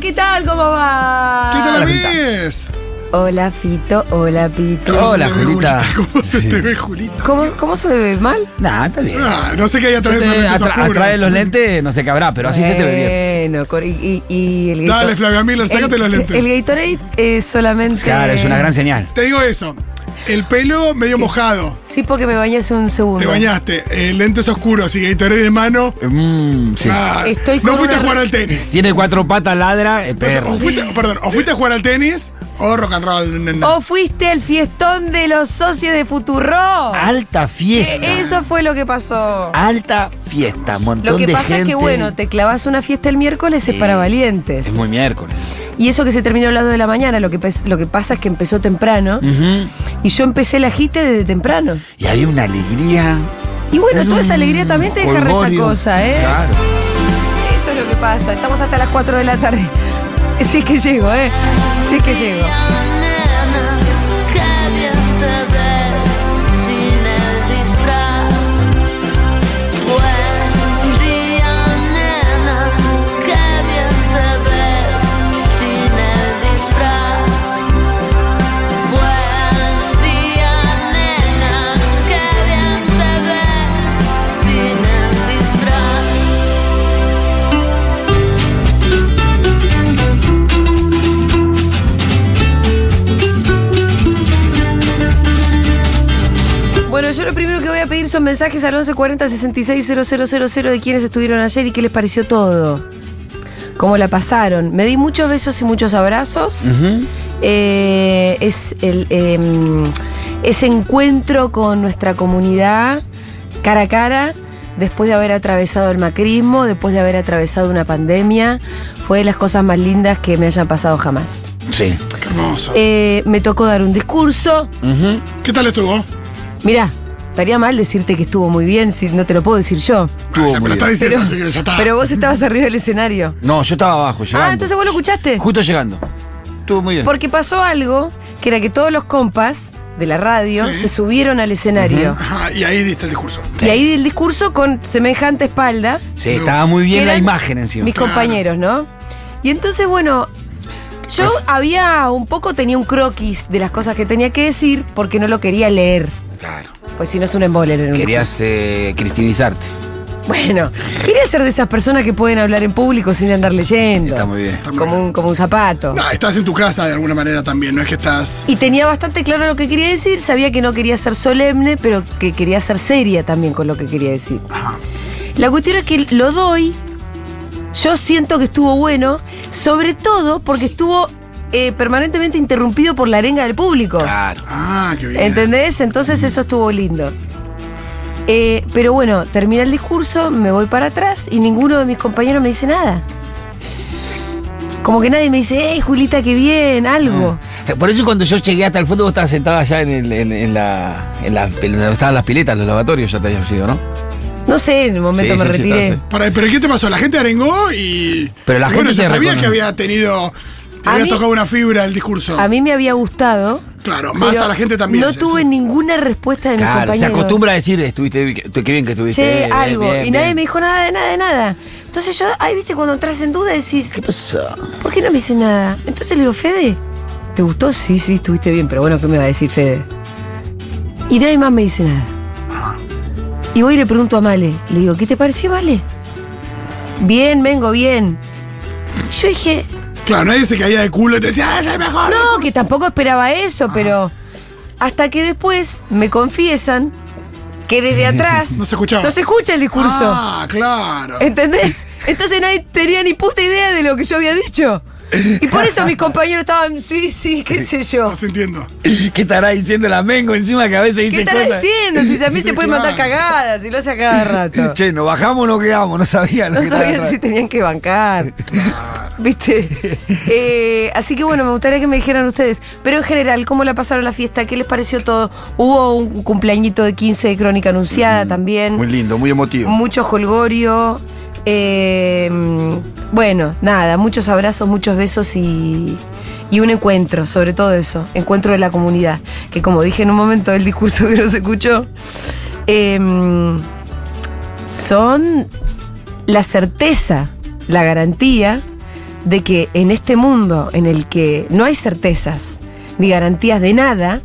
¿qué tal? ¿Cómo va? ¿Qué Hola, tal, Julita. amigues? Hola, Fito. Hola, Pito. ¿Cómo se Hola, te ve, Julita. ¿Cómo se Sí. te ve, Julita? ¿Cómo, cómo se me ve mal? Nah, está bien. Ah, no sé qué hay atrás de esos Este, lentes atra- oscuros. atrás de los lentes, no sé qué habrá, pero así se te ve bien. Bueno, cor- y, y- y el Dale, Gator- Flavia Miller, sácate el- los lentes. El Gatorade es solamente. Claro, es una gran señal. Te digo eso. El pelo medio mojado. Sí, porque me bañé hace un segundo. Te bañaste. Eh, lentes oscuros, así que Gatorade de mano. Mm, sí. Ah, Estoy no con fuiste a una- jugar al tenis. Tiene cuatro patas, ladra, eh, Entonces, perro. o fuiste, perdón, o fuiste a jugar al tenis o rock and roll. nena. O fuiste al fiestón de los socios de Futuro. Alta fiesta. Eso fue lo que pasó. Alta fiesta, montón de Eh, Lo que pasa es Ah, gente. que, bueno, te clavas una fiesta el miércoles, es Sí. para valientes. Es muy miércoles. Y eso que se terminó a las 2 de la mañana, lo que, pes- lo que pasa es que empezó temprano. Ujú. Y yo empecé el agite desde temprano. Y había una alegría. Y bueno, Es toda esa un alegría también te deja jolgorio. resacosa, ¿eh? Claro. Eso es lo que pasa. Estamos hasta las 4 de la tarde. Si es que llego, ¿eh? Si es que llego. Nena, qué bien te ves sin el disfraz. Buen día, nena, qué bien te ves sin el disfraz. Buen día, nena, qué bien te ves sin el disfraz. Bueno, yo lo primero que voy a pedir son mensajes al 1140-660000 de quienes estuvieron ayer y qué les pareció todo. Cómo la pasaron. Me di muchos besos y muchos abrazos. Ujú. Eh, es el, eh, ese encuentro con nuestra comunidad cara a cara, después de haber atravesado el macrismo, después de haber atravesado una pandemia, fue de las cosas más lindas que me hayan pasado jamás. Sí. Qué hermoso. Eh, me tocó dar un discurso. Ujú. ¿Qué tal estuvo? Mirá, estaría mal decirte que estuvo muy bien, si no te lo puedo decir yo. Estuvo Ah, ya me muy lo está bien. diciendo, Pero, así que ya está. pero vos estabas arriba del escenario. No, yo estaba abajo, llegando. Ah, entonces vos lo escuchaste. Justo llegando. Estuvo muy bien. Porque pasó algo que era que todos los compas de la radio Sí. se subieron al escenario. Ajá, y ahí diste el discurso. Y ahí di el discurso con semejante espalda. Sí, estaba muy que bien la eran imagen encima. Mis compañeros, ¿no? Y entonces, bueno, yo Pues- había un poco, tenía un croquis de las cosas que tenía que decir porque no lo quería leer. Claro. Pues si no es un embole leer un Querías eh, cristinizarte. Bueno, quería ser de esas personas que pueden hablar en público sin andar leyendo. Está muy bien. Ah. Como un, como un zapato. No, Ah, estás en tu casa de alguna manera también, no es que estás. Y tenía bastante claro lo que quería decir, sabía que no quería ser solemne, pero que quería ser seria también con lo que quería decir. Ajá. La cuestión es que lo doy, yo siento que estuvo bueno, sobre todo porque estuvo eh, permanentemente interrumpido por la arenga del público. Claro. Ah, qué bien. ¿Entendés? Entonces eso estuvo lindo. Eh, pero bueno, termina el discurso, me voy para atrás y ninguno de mis compañeros me dice nada. Como que nadie me dice, hey Julita, qué bien, Ah. algo. Eh, Por eso cuando yo llegué hasta el fondo vos estabas sentada allá en, el- en- en la, en la- en donde estaban las piletas, los lavatorios ya te habían sido, ¿no? No sé, en el momento Sí, me sí, sí, retiré. estaba- Para, pero ¿qué te pasó? La gente arengó y. Pero la y bueno, gente ya te sabía reconoce. que había tenido. Te A había mí- tocado una fibra el discurso. A mí me había gustado. Claro, más pero a la gente también. No ya, tuve sí. ninguna respuesta de mis Claro, se compañeros. acostumbra a decir, estuviste, bi- que- qué bien que estuviste. Che, bien, algo. bien, y nadie bien. me dijo nada de nada de nada. Entonces yo, ahí viste, cuando entras en duda decís, ¿Qué pasó? ¿por qué no me dice nada? Entonces le digo, Fede, ¿te gustó? Sí, sí, estuviste bien, pero bueno, ¿qué me va a decir Fede? Y nadie más me dice nada. Y voy y le pregunto a Male, le digo, ¿qué te pareció, Male? Bien, vengo bien. Yo dije, Claro, nadie se caía de culo y te decía, "Ah, es el mejor. No, que tampoco esperaba eso, Ah. pero hasta que después me confiesan que desde atrás No se escuchaba. no se escucha el discurso. Ah, claro. ¿Entendés? Entonces nadie tenía ni puta idea de lo que yo había dicho. Y por eso mis compañeros estaban, sí, sí, qué sé yo. No se entiendo. ¿Qué estará diciendo la Mengo encima que a veces dice ¿Qué estará cosas? diciendo? Si también Sí, se puede mandar claro. cagadas, si lo hace a cada rato. Che, ¿nos bajamos o nos quedamos? No sabía lo No que estaba sabían atrás. si tenían que bancar. ¿Viste? Eh, así que bueno, me gustaría que me dijeran ustedes. Pero en general, ¿cómo la pasaron la fiesta? ¿Qué les pareció todo? Hubo un cumpleañito de 15 de crónica anunciada también. Mm, Muy lindo, muy emotivo. Mucho jolgorio. Eh, bueno, nada, muchos abrazos, muchos besos y, y un encuentro, sobre todo eso, encuentro de la comunidad, que como dije en un momento del discurso que no se escuchó, eh, son la certeza, la garantía de que en este mundo en el que no hay certezas ni garantías de nada,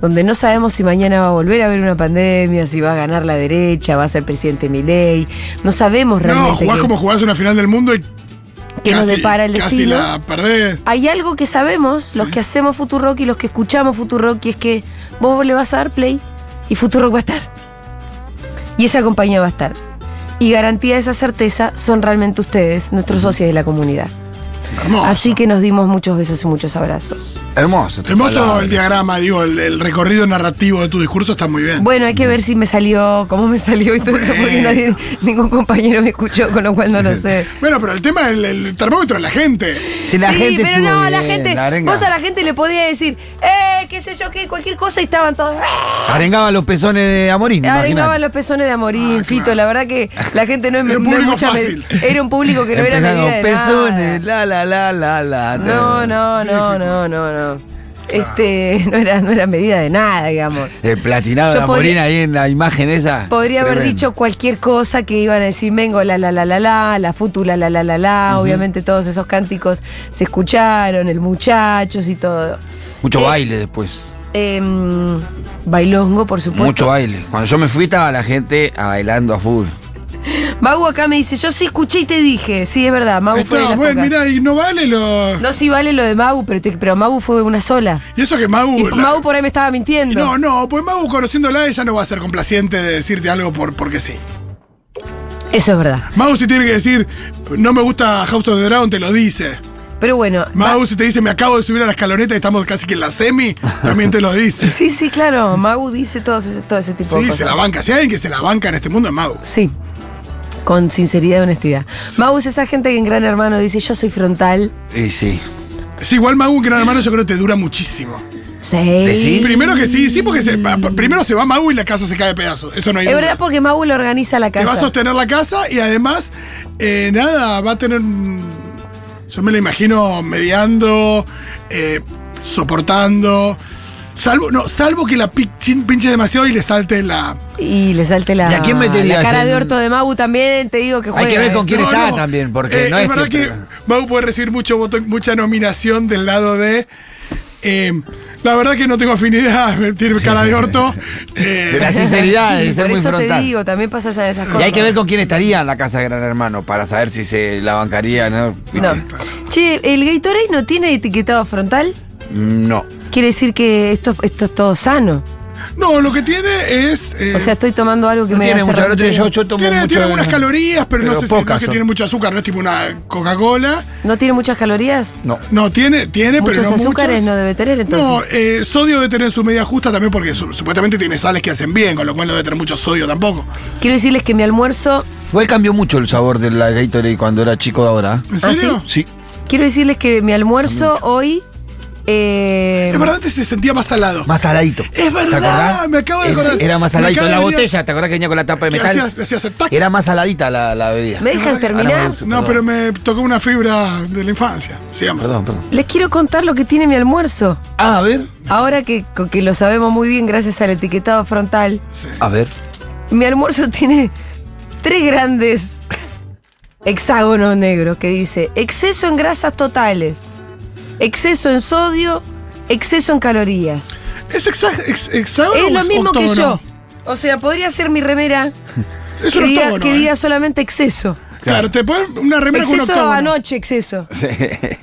donde no sabemos si mañana va a volver a haber una pandemia, si va a ganar la derecha, va a ser presidente Milei, no sabemos No, realmente jugás qué- como jugás una final del mundo y qué nos casi- depara el casi destino. la perdés. Hay algo que sabemos, los que hacemos Futurock y los que escuchamos Futurock, y es que vos le vas a dar play y Futurock va a estar. Y esa compañía va a estar. Y garantía de esa certeza son realmente ustedes, nuestros socios de la comunidad. Hermoso. Así que nos dimos muchos besos y muchos abrazos. Hermoso. este tus Hermoso palabras. el diagrama, digo, el, el recorrido narrativo de tu discurso está muy bien. Bueno, hay que ver si me salió, cómo me salió y todo eso, porque Bueno. nadie- ningún compañero me escuchó, con lo cual no lo sé. Bueno, pero el tema es el, el termómetro de la gente. Si la sí, gente pero estuvo no, la bien, gente, arenga. vos a la gente le podía decir, eh, qué sé yo, qué, cualquier cosa y estaban todos. "Ah". Arengaban los pezones de Amorín. Arreglaban imagínate. los pezones de Amorín, Ah, Fito. claro. La verdad que la gente no, Era un no es público mucha med- fácil. Era un público que no era Empezaron medida con de pezones. nada. La, la, la, la, la. No, no, no, no, no, no. Este, no era, no era medida de nada, digamos. El platinado Yo de Amorín podría- ahí en la imagen esa. Podría haber Tremendo. dicho cualquier cosa que iban a decir Mengo, la la la la la, la futu, la la la la la. Obviamente todos esos cánticos se escucharon, el muchachos y todo. Mucho Eh, baile después. Em, bailongo, por supuesto. Mucho baile. Cuando yo me fui estaba la gente a bailando a full. Mau acá me dice, yo sí escuché y te dije. Sí, es verdad, Mau Ahí fue de está, las bueno, pocas. mirá, y no vale lo. No, sí vale lo de Mau, pero, te- pero Mau fue una sola. Y eso que Mau. Y la- Mau por ahí me estaba mintiendo. No, no, pues Mau conociéndola, ella no va a ser complaciente de decirte algo por, porque sí. Eso es verdad. Mau si tiene que decir, no me gusta House of the Dragon, te lo dice. Pero bueno. Mau si te dice, me acabo de subir a la escaloneta y estamos casi que en la semi, también te lo dice. va- Sí, sí, claro. Mau dice todo ese, todo ese tipo de Sí, cosas. se la banca. Si hay alguien que se la banca en este mundo es Mau. Sí. Con sinceridad y honestidad. Mau es esa gente que en Gran Hermano dice, yo soy frontal. Y sí. Sí, igual Mau en Gran Hermano yo creo que te dura muchísimo. Sí. ¿Decís? Primero que sí, sí, porque se- primero se va Mau y la casa se cae de pedazos. Eso no hay Es duda. verdad porque Mau le organiza la Te va a casa. sostener la casa y además, eh, nada, va a tener. un- Yo me lo imagino mediando, eh, soportando. Salvo, no, salvo que la pi- chin- pinche demasiado y le salte la. Y le salte la, ¿Y a quién meterías la cara de en- orto de Mau también, te digo que juega. Hay que ver con ¿eh? quién está también, porque eh, no es, es, este, verdad que siempre- Mau puede recibir mucho voto, mucha nominación del lado de. eh, la verdad que no tengo afinidad, tiene cara de orto. eh, De la sinceridad, de Y ser por muy eso te frontal. digo, también pasan esas cosas. Y hay que ver con quién estaría en la casa de Gran Hermano para saber si se la bancaría, ¿no? ¿Viste? No. Che, ¿el Gatorade no tiene etiquetado frontal? No. Quiere decir que esto, esto es todo sano. no, lo que tiene es. eh, O sea, estoy tomando algo que No me tiene hace mucho repetir. otro yo, yo tomo Tiene, mucho tiene algunas de- calorías, pero, no pero sé si no es pocas que son. tiene mucho azúcar, no es tipo una Coca-Cola. ¿No tiene muchas calorías? No. No, tiene, tiene, Muchos pero no azúcares muchas. no debe tener No, entonces. eh, sodio debe tener su medida justa también porque su- supuestamente tiene sales que hacen bien, con lo cual no debe tener mucho sodio tampoco. Quiero decirles que mi almuerzo, Igual cambió mucho el sabor de la Gatorade cuando era chico de ahora. ¿En ¿Ah, serio? Sí. quiero decirles que mi almuerzo hoy eh, Es verdad, antes se sentía más salado. Más saladito. Es verdad, me acabo de Es- acordar. Era más Me saladito. acaba La de venir- botella, ¿te acordás que venía con la tapa de Que metal? hacías- hacías el tac. Era más saladita la, la bebida. ¿me dejan terminar? gusta. No, pero me tocó una fibra de la infancia. Sigamos. Perdón, perdón. Les quiero contar lo que tiene mi almuerzo. Ah, a ver. Ahora que, que lo sabemos muy bien gracias al etiquetado frontal, Sí. A ver. mi almuerzo tiene tres grandes hexágonos negros que dice exceso en grasas totales, exceso en sodio, exceso en calorías. ¿Es exa- ex- hexágono es o lo mismo que yo. octógono? O sea, podría ser mi remera Es que un diga, octógono. que ¿eh? diga solamente exceso. Claro, te ponen una remera con un Exceso octógono. anoche, exceso.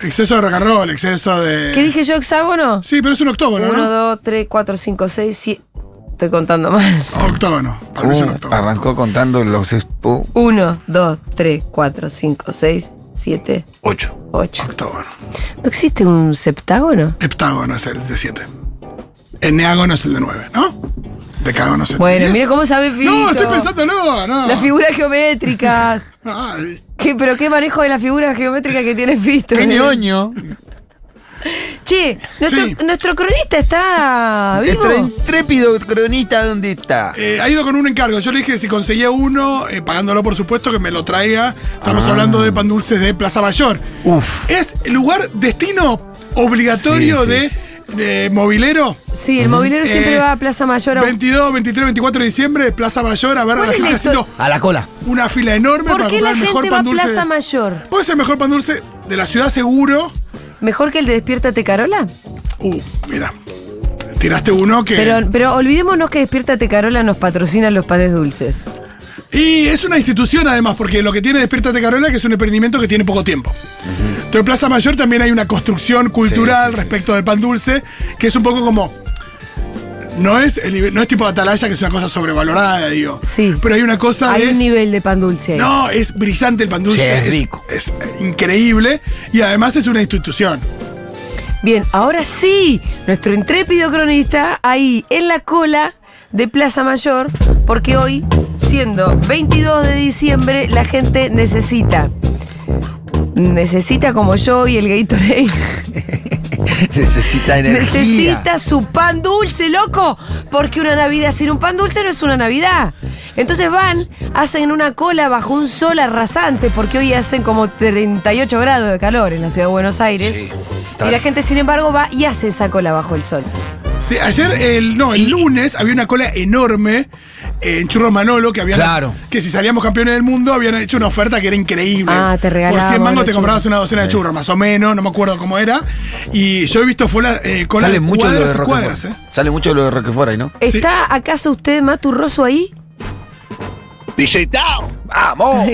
Exceso de rock and roll, exceso de. ¿Qué dije yo, hexágono? Sí, pero es un octógono, Uno, ¿no? dos, tres, cuatro, cinco, seis, siete. Estoy contando mal. Octógono. Para mí es un Uh, octógono. arrancó contando los uh, expo Uno, dos, tres, cuatro, cinco, seis, siete, 8. ocho. Octógono. ¿No existe un septágono? Heptágono es el de 7. Eneágono es el de 9, ¿no? Decágono es el de Bueno, 10. mire cómo sabe Fito. No, estoy pensando, no, no. Las figuras geométricas. Ay, ¿Qué- pero qué manejo de las figuras geométricas que tiene Fito. ¡Qué ñoño! Che, nuestro, Sí. nuestro cronista está Ah, vivo. Nuestro intrépido cronista, ¿dónde está? eh, ha ido con un encargo. Yo le dije que si conseguía uno, eh, pagándolo por supuesto, que me lo traiga. Ah. Estamos hablando de pan dulces de Plaza Mayor. Uf. Es lugar, destino Sí, obligatorio sí, de sí. eh, movilero. Sí, el movilero siempre Eh, va a Plaza Mayor. a- 22, 23, 24 de diciembre, Plaza Mayor, a ver a ¿Cuál la es la gente historia? haciendo A la cola. una fila enorme ¿Por para qué comprar la el mejor gente va a pan dulce. Plaza Mayor? Puede ser el mejor pan dulce de la ciudad seguro. ¿Mejor que el de Despiértate Carola? Uh, mira. Tiraste uno que. Pero, pero olvidémonos que Despiértate Carola nos patrocina los panes dulces. Y es una institución además, porque lo que tiene Despiértate Carola es que es un emprendimiento que tiene poco tiempo. Entonces, en Plaza Mayor también hay una construcción Sí, sí, cultural sí. respecto del pan dulce, que es un poco como. No es, el nivel- no es tipo Atalaya, que es una cosa sobrevalorada, digo. Sí. Pero hay una cosa Hay de. un nivel de pan dulce. ahí. No, es brillante el pan dulce. Sí, es rico. Es increíble. Y además es una institución. Bien, ahora sí, nuestro intrépido cronista ahí en la cola de Plaza Mayor, porque hoy, siendo 22 de diciembre, la gente necesita. Necesita como yo y el Gatorade. Necesita energía. Necesita su pan dulce, loco. Porque una Navidad sin un pan dulce no es una Navidad. Entonces van, hacen una cola bajo un sol arrasante, porque hoy hacen como 38 grados de calor en la ciudad de Buenos Aires. Sí, y tal. la gente, sin embargo, va y hace esa cola bajo el sol. Sí, ayer, el, no, el lunes había una cola enorme eh, en Churro Manolo que habían. Claro. Que si salíamos campeones del mundo habían hecho una oferta que era increíble. Ah, te regalaban Por 100 mangos los te comprabas churros. una docena de churros, más o menos, no me acuerdo cómo era. Y yo he visto cola, eh, colas Sale de mucho de lo de cuadras y Roquefort. cuadras, ¿eh? Sale mucho de lo de Roquefort ahí, ¿no? Sí. ¿Está acaso usted, Matu Rosso, ahí? DJ Tao. ¡Vamos!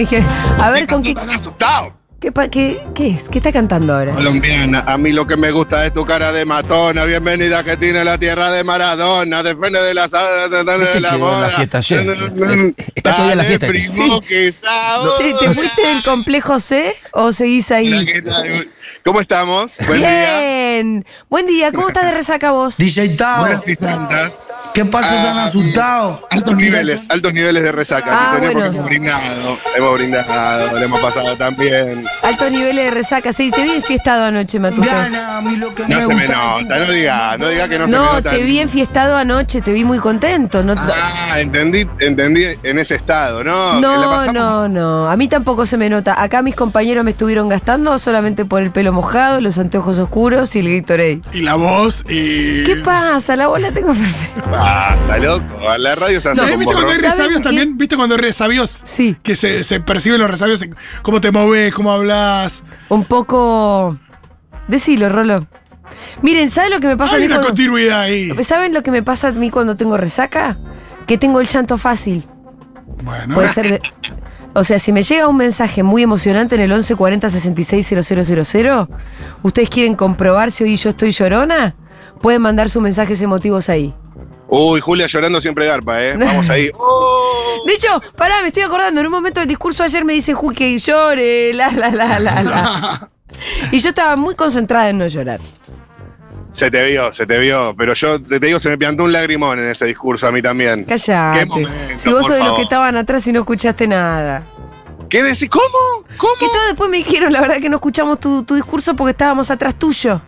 A ver, ¿con qué, Tan asustado. qué, pa- qué- qué es? ¿Qué está cantando ahora? Colombiana, a mí lo que me gusta es tu cara de matona. Bienvenida que tiene la tierra de Maradona. Depende de las hadas, de Este la quedó en la moda. fiesta ayer. Eh, Está todavía en la Dale, fiesta. primo, Sí. que sabor. Che, ¿Te fuiste del complejo C o seguís Mira ahí? que tal. ¿Cómo estamos? Buen día. Bien. Buen día, ¿cómo estás de resaca vos? DJ Tao, Buenas y santas. ¿qué pasa tan Ah, asustado? Altos niveles, altos niveles de resaca. Ah, sí, tenemos bueno. que hemos brindado, hemos brindado, le hemos pasado también. Altos niveles de resaca, sí, te vi enfiestado anoche, Matute. Gana a mí lo que me No se me gusta. nota, no diga, no diga que no, se me No, nota. te vi enfiestado anoche, te vi muy contento. No, Ah, entendí, entendí en ese estado, ¿no? Que la no, pasamos- no, no, a mí tampoco se me nota. Acá mis compañeros me estuvieron gastando solamente por el pelo mojado, los anteojos oscuros y el Gatorade. eh. Y la voz y. ¿Qué pasa? La voz la tengo perfecta. Pasa, loco. A la radio se hace ¿Eh? con ¿Viste cuando hay borrón. ¿Saben resabios qué? también? ¿Viste cuando hay resabios? Sí, Que se, se perciben los resabios, en cómo te moves, cómo hablas. un poco... Decilo, Rolo. Miren, ¿saben lo que me pasa Hay a mí una cuando- Pues, continuidad ahí. ¿Saben lo que me pasa a mí cuando tengo resaca? Que tengo el llanto fácil. Bueno. Puede ser. de- o sea, si me llega un mensaje muy emocionante en el 1140 000, ¿ustedes quieren comprobar si hoy yo estoy llorona? Pueden mandar sus mensajes emotivos ahí. Uy, Julia llorando siempre garpa, ¿eh? Vamos ahí. Oh. De hecho, pará, me estoy acordando, en un momento del discurso ayer me dice Ju que llore, la, la, la, la, la. Y yo estaba muy concentrada en no llorar. Se te vio, se te vio. Pero yo te, te digo, se me piantó un lagrimón en ese discurso a mí también. Callate. Qué momento, si vos por sos de los que favor. estaban atrás y no escuchaste nada. ¿Qué decís? ¿Cómo? ¿Cómo? Que todo después me dijeron, la verdad que no escuchamos tu, tu discurso porque estábamos atrás tuyo.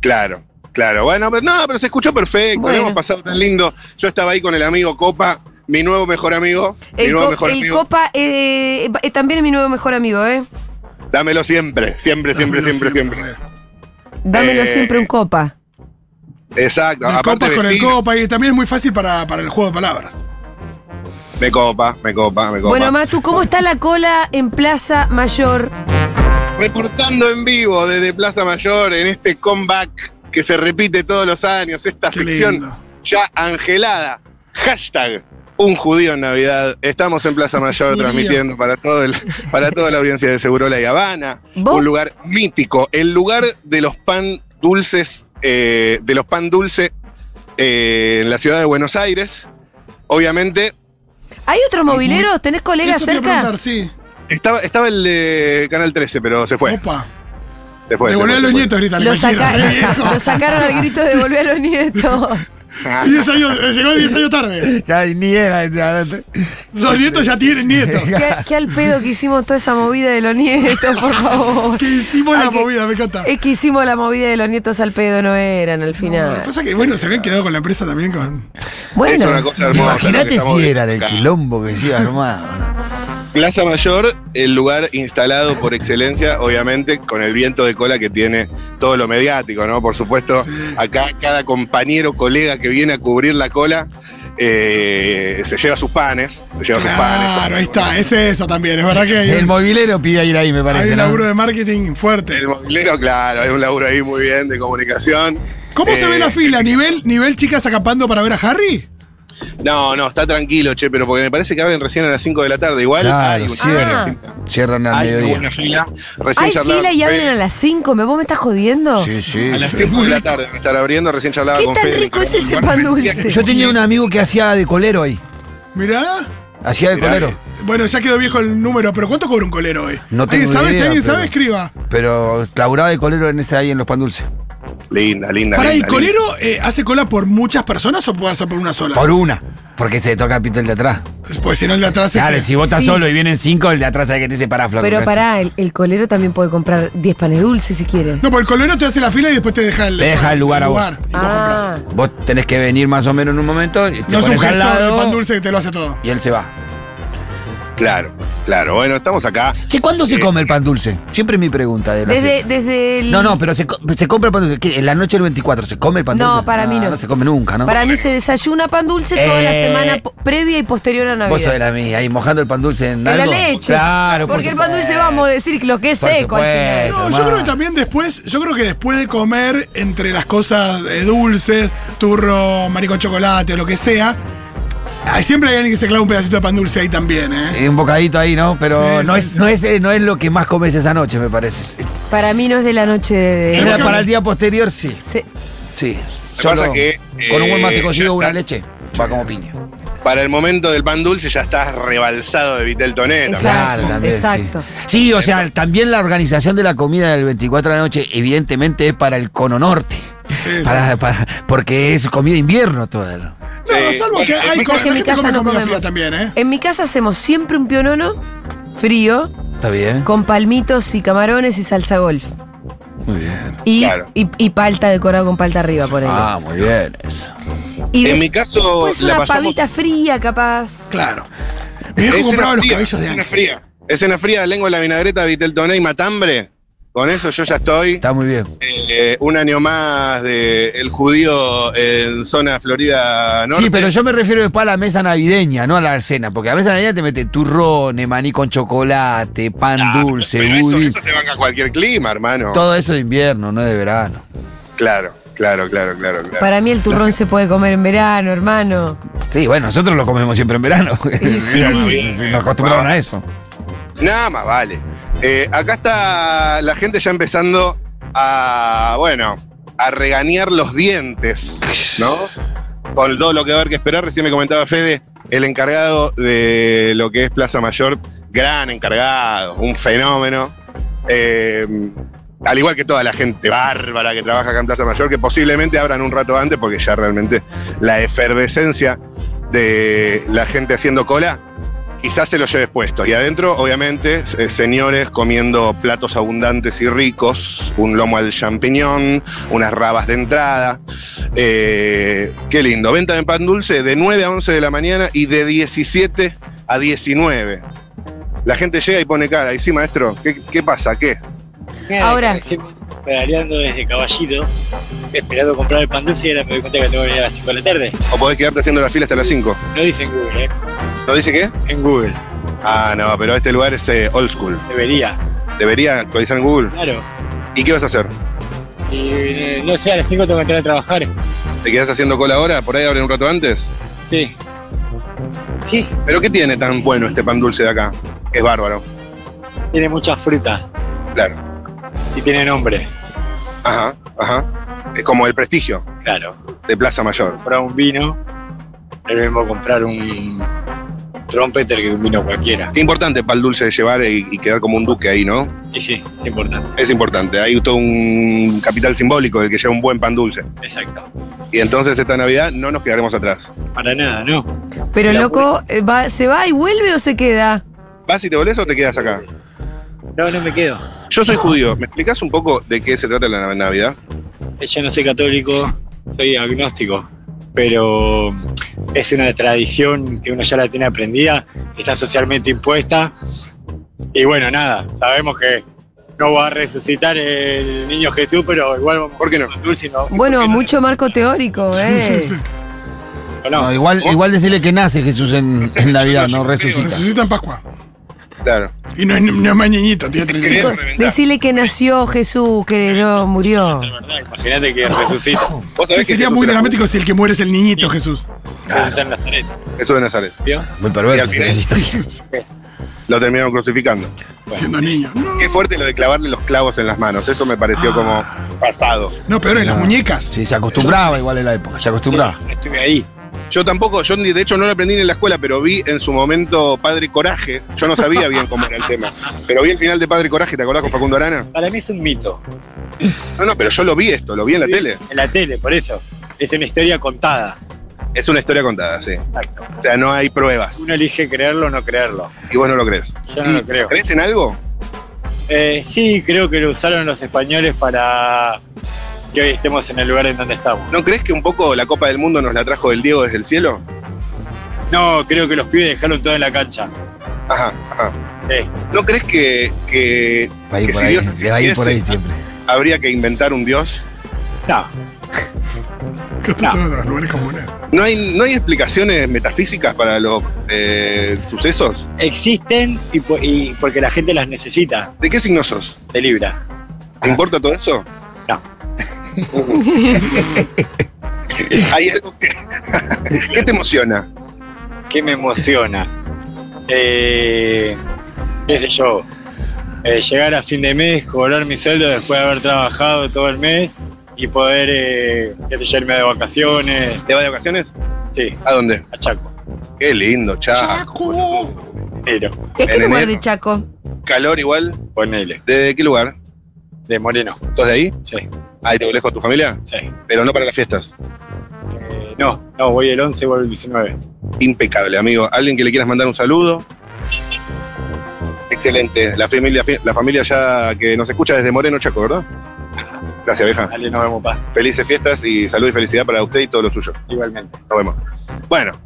Claro, claro. Bueno, pero no, pero se escuchó perfecto. Bueno. lo Hemos pasado tan lindo. Yo estaba ahí con el amigo Copa, mi nuevo mejor amigo. mi El, nuevo co- mejor el amigo. Copa eh, eh, también es mi nuevo mejor amigo, ¿eh? Dámelo siempre, siempre, siempre, Dámelo siempre, siempre. Dámelo Eh, siempre un Copa. Exacto. Las Aparte copas con el vecino. copa y también es muy fácil para, para el juego de palabras. Me copa, me copa, me copa. Bueno, Matu, ¿cómo está la cola en Plaza Mayor? Reportando en vivo desde Plaza Mayor en este comeback que se repite todos los años, esta Qué sección lindo. ya angelada. Hashtag un judío en Navidad. Estamos en Plaza Mayor Judío. transmitiendo para, todo el- para toda la audiencia de Seguro La Habana. ¿Vos? Un lugar mítico, el lugar de los pan dulces, eh, de los pan dulce eh, en la ciudad de Buenos Aires. Obviamente ¿Hay otros mobileros? ¿Tenés colegas Eso te iba a cerca? preguntar, sí. estaba, estaba el de Canal 13, pero se fue. Opa. se fue, se Devolver a fue, se los fue. nietos, grita. Lo, saca- lo sacaron al grito de volver a los nietos. llegó 10 años tarde. Ya, ni era, ya, ya. Los nietos ya tienen nietos. ¿Qué, qué al pedo que hicimos toda esa movida de los nietos, por favor. Que hicimos Ah, la que- movida, me encanta. Eh, Es que hicimos la movida de los nietos al pedo, no eran al Lo que final. Pasa que, bueno, se habían quedado con la empresa también con. Es Bueno, pues, una cosa hermosa lo que Imagínate estamos si era el viviendo. quilombo que se iba armado. ¿no? Plaza Mayor, el lugar instalado por excelencia, obviamente, con el viento de cola que tiene todo lo mediático, ¿no? Por supuesto, Sí. acá cada compañero, colega que viene a cubrir la cola, eh, se lleva sus panes, se lleva sus panes. Claro, ahí está, es eso también, es verdad que hay, El un- mobilero pide ir ahí, me hay parece. un ¿no? laburo de marketing fuerte. El movilero, claro, hay un laburo ahí muy bien de comunicación. ¿Cómo se Eh, ve la fila? ¿Nivel, ¿Nivel chicas acampando para ver a Harry? No, no, está tranquilo, che, pero porque me parece que abren recién a las 5 de la tarde. Igual Claro, hay una, cierran. Cierran al hay una mediodía. buena fila. Recién eh, Hay charlaba fila y con abren a Fede. las 5, ¿me vos me estás jodiendo? Sí, sí. A las sí. 5 de la tarde van a estar abriendo, recién charlaba ¿Qué con tan Fede. rico es ese pan dulce? Yo tenía un amigo que hacía de colero ahí. Mirá. Hacía de Mirá, eh. colero. Bueno, ya quedó viejo el número, pero ¿cuánto cobra un colero hoy? No ¿Alguien tengo sabe? si idea, alguien pero- sabe, escriba. Pero laburaba de colero en ese ahí en los pan dulces. Linda, linda. Pará, ¿y linda, linda. colero eh, hace cola por muchas personas o puede hacer por una sola? Por una. Porque te toca pito el de atrás. Pues si no, el de atrás es Claro, que- si vos estás Sí. solo y vienen cinco, el de atrás sabe que te dice pará, flaco. Pero casi". pará, el, el colero también puede comprar 10 panes dulces si quiere. No, porque el colero te hace la fila y después te deja el, Te deja el lugar a vos. y vos ah, compras. Vos tenés que venir más o menos en un momento. y Te No es un pones al gestor de pan lado dulce que te lo hace todo. y él se va. Claro, claro. Bueno, estamos acá. Che, ¿cuándo se Eh, come el pan dulce? Siempre es mi pregunta. De la desde, fiesta. desde el... No, no, pero se, co- se compra el pan dulce. ¿Qué? En la noche del 24, ¿se come el pan dulce? Ah, No, para mí no. No se come nunca, ¿no? Para mí se desayuna pan dulce toda la Eh. semana po- previa y posterior a Vos sos Navidad. la mía, ahí mojando el pan dulce en, En algo. la leche. Claro, por Porque el pan dulce, supuesto. vamos a decir que lo que es Por seco al final. supuesto. No, yo Tomá. creo que también después, yo creo que después de comer entre las cosas eh, dulces, turro, marico chocolate o lo que sea, hay- siempre hay alguien que se clava un pedacito de pan dulce ahí también, ¿eh? Eh, Un bocadito ahí, ¿no? Pero Sí, no, sí, es, sí. No, es, eh, no es lo que más comes esa noche, me parece. Para mí no es de la noche de... Era que- para el día posterior, sí. Se- Sí. que pasa que, con un buen mate eh, cocido, ya una está. leche, va como piña. Para el momento del pan dulce ya estás rebalsado de Vitel Tonet. Exacto. sí. exacto. Sí. o sea, también la organización de la comida del 24 de la noche, evidentemente, es para el cono norte. Sí, sí. Para- para- porque es comida de invierno toda. ¿no? No, Sí, salvo bueno, que ¿Sabes hay co- después- la Eh, que en mi gente casa come no comida fría comemos? también, ¿eh? En mi casa hacemos siempre un pionono frío Está bien. con palmitos y camarones y salsa golf. Muy bien. Y, Claro. y, y palta decorada con palta arriba, por ahí. Ah, muy bien. Eso. y En de- mi caso, pues la una pasamos- pavita fría, capaz. Claro. Mi viejo Escena compraba los fría, cabellos de escena ángel. fría. Escena fría, lengua en la vinagreta, Vitel Tonet y matambre. Con eso yo ya estoy. Está muy bien. Eh, un año más de El Judío en zona Florida Norte. Sí, pero yo me refiero después a la mesa navideña, no a la cena, porque a la mesa navideña te mete turrones, maní con chocolate, pan Ah, dulce, pero eso, budín. eso te banca cualquier clima, hermano. Todo eso de invierno, no de verano. Claro, claro, claro, claro, claro. Para mí el turrón se puede comer en verano, hermano. Sí, bueno, nosotros lo comemos siempre en verano. Y sí. Nos acostumbraron a eso. Nada más, vale. Eh, acá está la gente ya empezando a, bueno, a regañar los dientes, ¿no? Con todo lo que va a haber que esperar. Recién me comentaba Fede, el encargado de lo que es Plaza Mayor, gran encargado, un fenómeno. Eh, al igual que toda la gente bárbara que trabaja acá en Plaza Mayor, que posiblemente abran un rato antes porque ya realmente la efervescencia de la gente haciendo cola quizás se los lleves puestos. Y adentro, obviamente, eh, señores comiendo platos abundantes y ricos, un lomo al champiñón, unas rabas de entrada. Eh, qué lindo. Venta de pan dulce de 9 a 11 de la mañana y de 17 a 19. La gente llega y pone cara. Y sí, maestro, ¿qué, qué pasa? ¿Qué? Ahora. Pedaleando desde Caballito, esperando comprar el pan dulce y ahora me doy cuenta que tengo que venir a las 5 de la tarde. ¿O podés quedarte haciendo la fila hasta las 5? No dice en Google, ¿eh? ¿No dice qué? En Google. Ah, no, pero este lugar es eh, old school. Debería, Debería actualizar en Google. claro. ¿Y qué vas a hacer? Y eh, no sé, a las 5 tengo que entrar a trabajar. ¿Te quedás haciendo cola ahora? ¿Por ahí abren un rato antes? Sí. Sí, ¿Pero qué tiene tan bueno este pan dulce de acá? Es bárbaro. tiene muchas frutas Claro. y tiene nombre. Ajá, ajá. Es como el prestigio Claro. de Plaza Mayor. Comprar un vino, es lo mismo comprar un trompeter que un vino cualquiera. Qué importante para el dulce de llevar y, y quedar como un duque ahí, ¿no? Y sí, es importante. Es importante. Hay todo un capital simbólico del que lleva un buen pan dulce. Exacto. Y entonces esta Navidad no nos quedaremos atrás. Para nada, ¿no? Pero La loco, eh, va- ¿se va y vuelve o se queda? ¿Vas y te volvés o te quedas acá? No, no me quedo. Yo soy judío. ¿Me explicás un poco de qué se trata la nav- Navidad? Yo no soy católico, soy agnóstico, pero es una tradición que uno ya la tiene aprendida que está socialmente impuesta. Y bueno, nada, sabemos que no va a resucitar el niño Jesús, pero igual vamos ¿Por qué no? a dulce y no- Bueno, ¿por qué no? mucho marco teórico, ¿eh? Sí, sí, sí. No, No, igual, igual decirle que nace Jesús en, en Navidad, no resucita. Resucita en Pascua. Claro. Y no, es- no es más niñito, tiene Quería 32. reventar. Decirle que nació Jesús, que no murió. de verdad, imagínate que resucita. Oh, Vos sabés Sí, que sería Jesús muy era dramático si el que muere es el niñito Jesús. Jesús en Nazaret, judío. Jesús de Nazaret. ¿vio? Muy Y perverso al final- esa historia. Lo terminaron crucificando. Siendo niño. No, Qué fuerte lo de clavarle los clavos en las manos. Eso me pareció como Ah. pasado. no, peor en las muñecas. Sí, se acostumbraba igual en la época, se acostumbraba. Estuve ahí. Yo tampoco, yo ni- de hecho no lo aprendí ni en la escuela, pero vi en su momento Padre Coraje. Yo no sabía bien cómo era el tema. Pero vi el final de Padre Coraje, ¿te acordás con Facundo Arana? Para mí es un mito. No, no, pero yo lo vi esto, lo vi en la tele. En la tele, por eso. Es una historia contada. Es una historia contada, sí. Exacto. O sea, no hay pruebas. Uno elige creerlo o no creerlo. Y vos no lo crees. Yo no lo creo. ¿Crees en algo? Eh, sí, creo que lo usaron los españoles para que hoy estemos en el lugar en donde estamos. ¿No crees que un poco la Copa del Mundo nos la trajo del Diego desde el cielo? No, creo que los pibes dejaron todo en la cancha. Ajá, ajá. Sí. ¿No crees que, que Va a ir Que por si ahí, Dios le va a ir por ahí quisiese- siempre. habría que inventar un dios? No, Que está en todos los lugares comunes. ¿No hay, no hay explicaciones metafísicas para los eh, sucesos? existen y, po- y porque la gente las necesita ¿De qué signo sos? de Libra. ¿Te importa todo eso? No. hay algo que. ¿Qué te emociona? ¿Qué me emociona? Eh, ¿Qué sé yo? Eh, llegar a fin de mes, cobrar mi sueldo después de haber trabajado todo el mes y poder eh, qué sé yo, irme de vacaciones. ¿Te vas de vacaciones? Sí, ¿A dónde? a Chaco. Qué lindo, chaco. Pero, ¿Es qué En lugar enero. de Chaco? Calor igual. ponele, ¿De qué lugar? de Moreno. ¿Sos de ahí? Sí, Ahí te volvés con tu familia, sí. pero no para las fiestas. Eh, no, no, voy el 11 y vuelvo el 19. Impecable, amigo. ¿Alguien que le quieras mandar un saludo? Excelente. La familia, la familia ya que nos escucha desde Moreno Chaco, ¿verdad? Gracias, vieja. Dale, nos vemos, pa. Felices fiestas y salud y felicidad para usted y todos los suyos. Igualmente. Nos vemos. Bueno,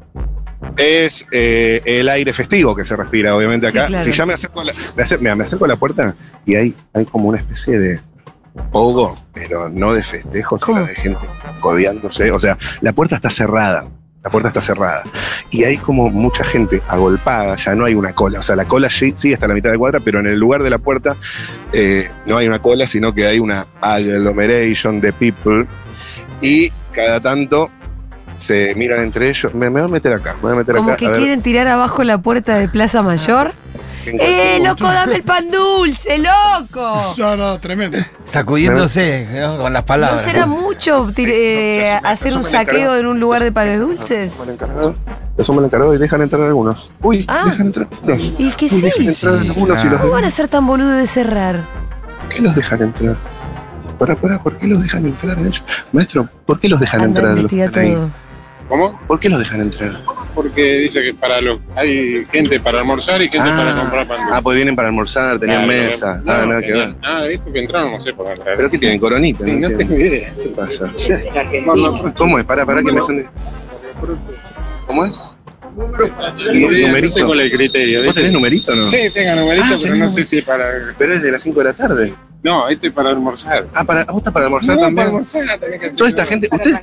es eh, el aire festivo que se respira, obviamente, Sí, acá. claro. Si ya me acerco, a la, me, acer- mira, me acerco a la puerta y hay, hay como una especie de pogo, pero no de festejos, sino ¿Cómo? de gente codeándose. O sea, la puerta está cerrada. La puerta está cerrada. Y hay como mucha gente agolpada, ya no hay una cola. O sea, la cola sí, sí está a la mitad de cuadra, pero en el lugar de la puerta eh, no hay una cola, sino que hay una agglomeration de people. Y cada tanto se miran entre ellos. Me, me voy a meter acá, me voy a meter Como acá. que a ver, quieren tirar abajo la puerta de Plaza Mayor. ¿qué ¡Eh, encuentro? loco, dame el pan dulce, loco! No, no, tremendo. Sacudiéndose ¿no? con las ¿No palabras. será mucho tir- eh, hacer un saqueo en un lugar de panes dulces? Ya somos el encargado y dejan entrar algunos. Uy, Ah. dejan entrar algunos. Uy, Y que sí. dejan entrar Sí, algunos y claro. los ¿Cómo van a ser tan boludo de cerrar? ¿Por qué los dejan entrar? Pará, pará, ¿por qué los dejan entrar ellos? Maestro, ¿por qué los dejan Anda, entrar? a los que investiga están ahí? todo. ¿Cómo? ¿Por qué los dejan entrar? Porque dice que para los hay gente para almorzar y gente Ah. para comprar pan. Ah, pues vienen para almorzar, tenían Claro, mesa. Ah, no, Nada, nada que tenían ver. Nada de esto que entraron, no sé por dónde. ¿Pero qué tienen? ¿Coronita? Sí, No no entiendo. tengo idea. ¿Qué pasa? ¿Cómo es? Pará, pará, que me están... ¿Cómo es? No sé Numerito. cuál es el criterio. ¿Vos tenés numerito o no? Sí, tenga numerito, Ah, pero tenés no sé si es para. Pero es de las 5 de la tarde. No, esto es para almorzar. Ah, para, ¿vos estás para almorzar No, para también? almorzar, tenés que hacer Toda esta algo. gente... ¿Ustedes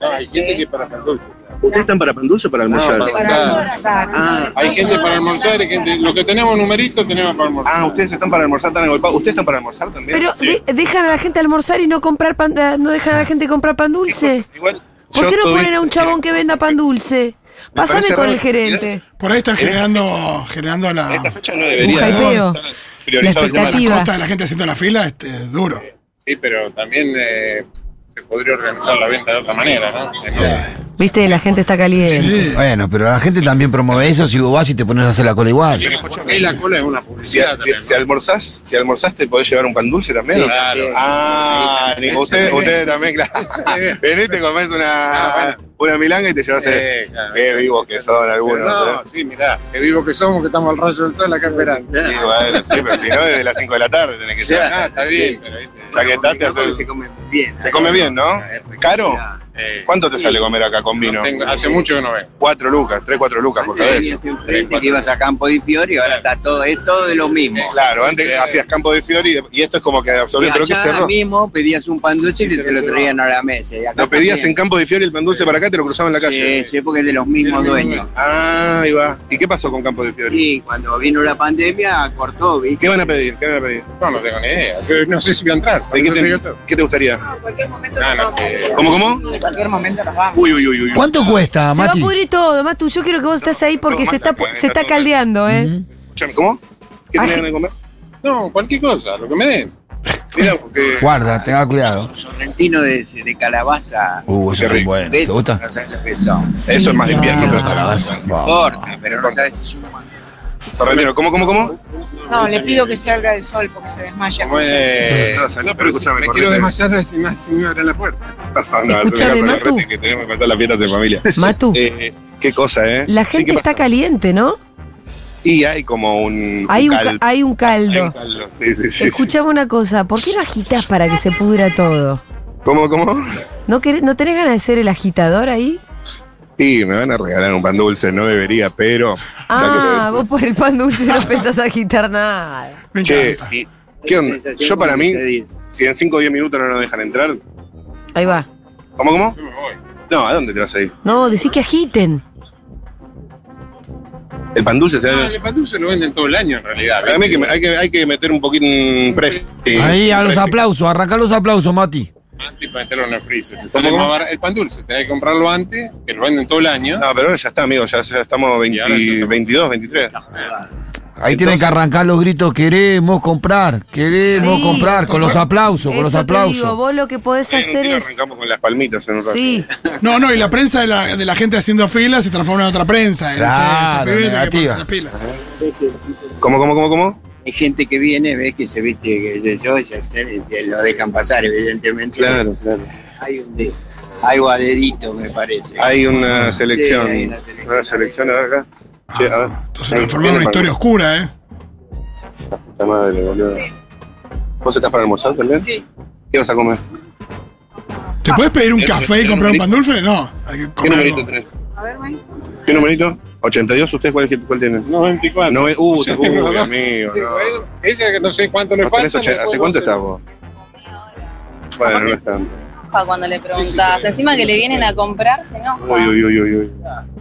No, hay gente que para pan dulce. ustedes están para pan dulce o para almorzar? No, para- ah, Hay gente para almorzar, hay gente. Los que tenemos numerito tenemos para almorzar. ah, ustedes están para almorzar, están agolpados. ¿Ustedes están para almorzar también? Pero de- dejan a la gente almorzar y no comprar pan, eh, no dejan a la gente comprar pan dulce. Igual, ¿Por yo qué no estoy- ponen a un chabón que venda pan dulce? Pásame parece con raro el que gerente. Por ahí están generando, generando A ¿Eh? esta la, fecha no debería. Un ¿no? hypeo. Priorizar La el tema de la la- Iba. costa de la gente haciendo la fila, este, es duro. Sí, pero también eh, se podría organizar la venta de otra manera, ¿no? Eh, no. Viste, la gente está caliente. Sí. Bueno, pero la gente también promueve eso si vos vas y te pones a hacer la cola igual. Ahí la cola es una Si, publicidad. si- también, si almorzás, si almorzaste, podés llevar un pan dulce también. ¿no? ¿o no? Claro. Ah, ni- ustedes ustedes también, claro. Venís, te comés una, Ah, una milanga y te llevas el. Sí, claro. Qué vivo que son algunos. No, ¿eh? sí, mirá, que vivo que somos, que estamos al rayo del sol acá esperando. Sí, bueno, sí, pero si no, desde las 5 de la tarde tenés que estar. Ah, está bien, pero viste. Ya que estás, te haces- come bien. Se come bien, ¿no? ¿Caro? Eh, ¿Cuánto te sale comer acá con no vino? tengo- hace mucho que no vengo. Cuatro lucas, tres, cuatro lucas por cabeza. Viste que ibas a Campo de Fiori y ahora está todo, es todo de lo mismo. Claro, antes hacías campo de Fiori y- y esto es como que Y absolutamente. Pero que allá cerró. mismo pedías un pan dulce y te lo traían a la mesa. y acá Lo pedías en también. campo de Fiori el pan dulce para acá y te lo cruzaban en la calle. Sí, sí, porque es de los mismos dueños. Ah, ahí va. ¿Y qué pasó con campo de Fiori? Y cuando vino la pandemia, cortó, ¿viste? ¿Qué van a pedir? ¿Qué van a pedir? No, no tengo ni idea. Yo No sé si voy a entrar. ¿De qué, No sé te, qué tal. qué te gustaría? No, no sé. ¿Cómo, cómo? En cualquier momento nos vamos. Uy, uy, uy, uy. ¿Cuánto cuesta, Se va a Mati? pudrir todo, Matu. Yo quiero que vos estés ahí porque no, se, está, mata, pu- se mata está todo. caldeando, ¿eh? Ujú. Escuchame, ¿Cómo? ¿Qué Ah, te sí. ganas de comer? No, cualquier cosa, lo que me den. Mira, porque. Guarda, tenga cuidado. Sorrentino de, de calabaza. Uh, eso Qué es rico. bueno. ¿Te gusta? No sabes lo que son. Eso es más de invierno. Quiero pero- Ah, la calabaza. Corta, pero no sabes si es un Sorrentino, ¿Cómo, cómo, cómo? No, le pido que salga del sol porque se desmaya. Como es- No, sal- No, pero escúchame, me correte. quiero desmayar si me, si me abren la puerta. No, no, Escuchame, haceme caso, Matu. Lorrete, Que tenemos que pasar las fiestas en familia. Matu, Eh, qué cosa, ¿eh? la Sí, ¿qué gente está pasa? caliente, ¿no? Y hay como un. Hay un, ca- caldo. hay un Hay un caldo. caldo. Sí, sí, sí. Escuchame una cosa, ¿por qué no agitas para que se pudra todo? ¿Cómo, cómo? ¿No, querés- ¿No tenés ganas de ser el agitador ahí? Sí, me van a regalar un pan dulce, no debería, pero. Ah, Ya que- vos por el pan dulce no pensás agitar nada. Me Che, encanta. ¿y ¿qué onda? sensación Yo para como mí, te digo. si en 5 o 10 minutos no nos dejan entrar, Ahí va. ¿cómo, cómo? Yo me voy. No, ¿a dónde te vas a ir? No, decís que agiten. El pan dulce se No, da. el pan dulce lo venden todo el año en realidad. Para mí ¿viste? que me- hay, que, hay que meter un poquito un precio. Ahí, a los Precio. aplausos, arranca los aplausos, Mati. Antes para meterlo en el freezer. Te sale ¿Cómo? más barato. El pan dulce, tenés que comprarlo antes, que lo venden todo el año. No, pero ahora ya está, amigo, ya, ya estamos 20 Y ahora ya está. 22, 23. Ahí tienen que arrancar los gritos, queremos comprar, queremos Sí. comprar, con los aplausos, con los Eso te digo, aplausos. vos lo que podés En un hacer tiro es... arrancamos con las palmitas en un rato. Sí, No, no, y la prensa de la, de la gente haciendo fila se transforma en otra prensa. en, "Che, esta Claro, pibeta que negativa. pasa pila". ¿Cómo, cómo, cómo, cómo? Hay gente que viene, ves que se viste que se- yo, ya se- que lo dejan pasar, evidentemente. claro. Hay un de, algo a dedito, me parece. Hay una selección. Sí, hay una una, selección. selección, a ver acá. Che, a ver. Esto se transformó en una historia oscura, ¿eh? Puta madre, boludo. ¿Vos estás para almorzar también? Sí. ¿Qué vas a comer? ¿Te puedes pedir un Ah. ¿Tiene- café y tiene comprar un numerito? pan dulce? No, hay que ¿Qué comer numerito algo. tenés? A ver, maestro. ¿Qué numerito? ¿82? ¿Ustedes cuál, es- cuál tienen? 94. No, es- uh, Yo te- tengo uy, dos. amigo, Digo, no. eh, Ella que no sé cuánto le ¿No tenés falta. oche- ¿Hace cuánto estás vos? Bueno, no es tanto. Pa, Cuando le preguntás. Sí, sí, Encima que le vienen a comprar, se enoja. Uy, uy, uy, uy, uy.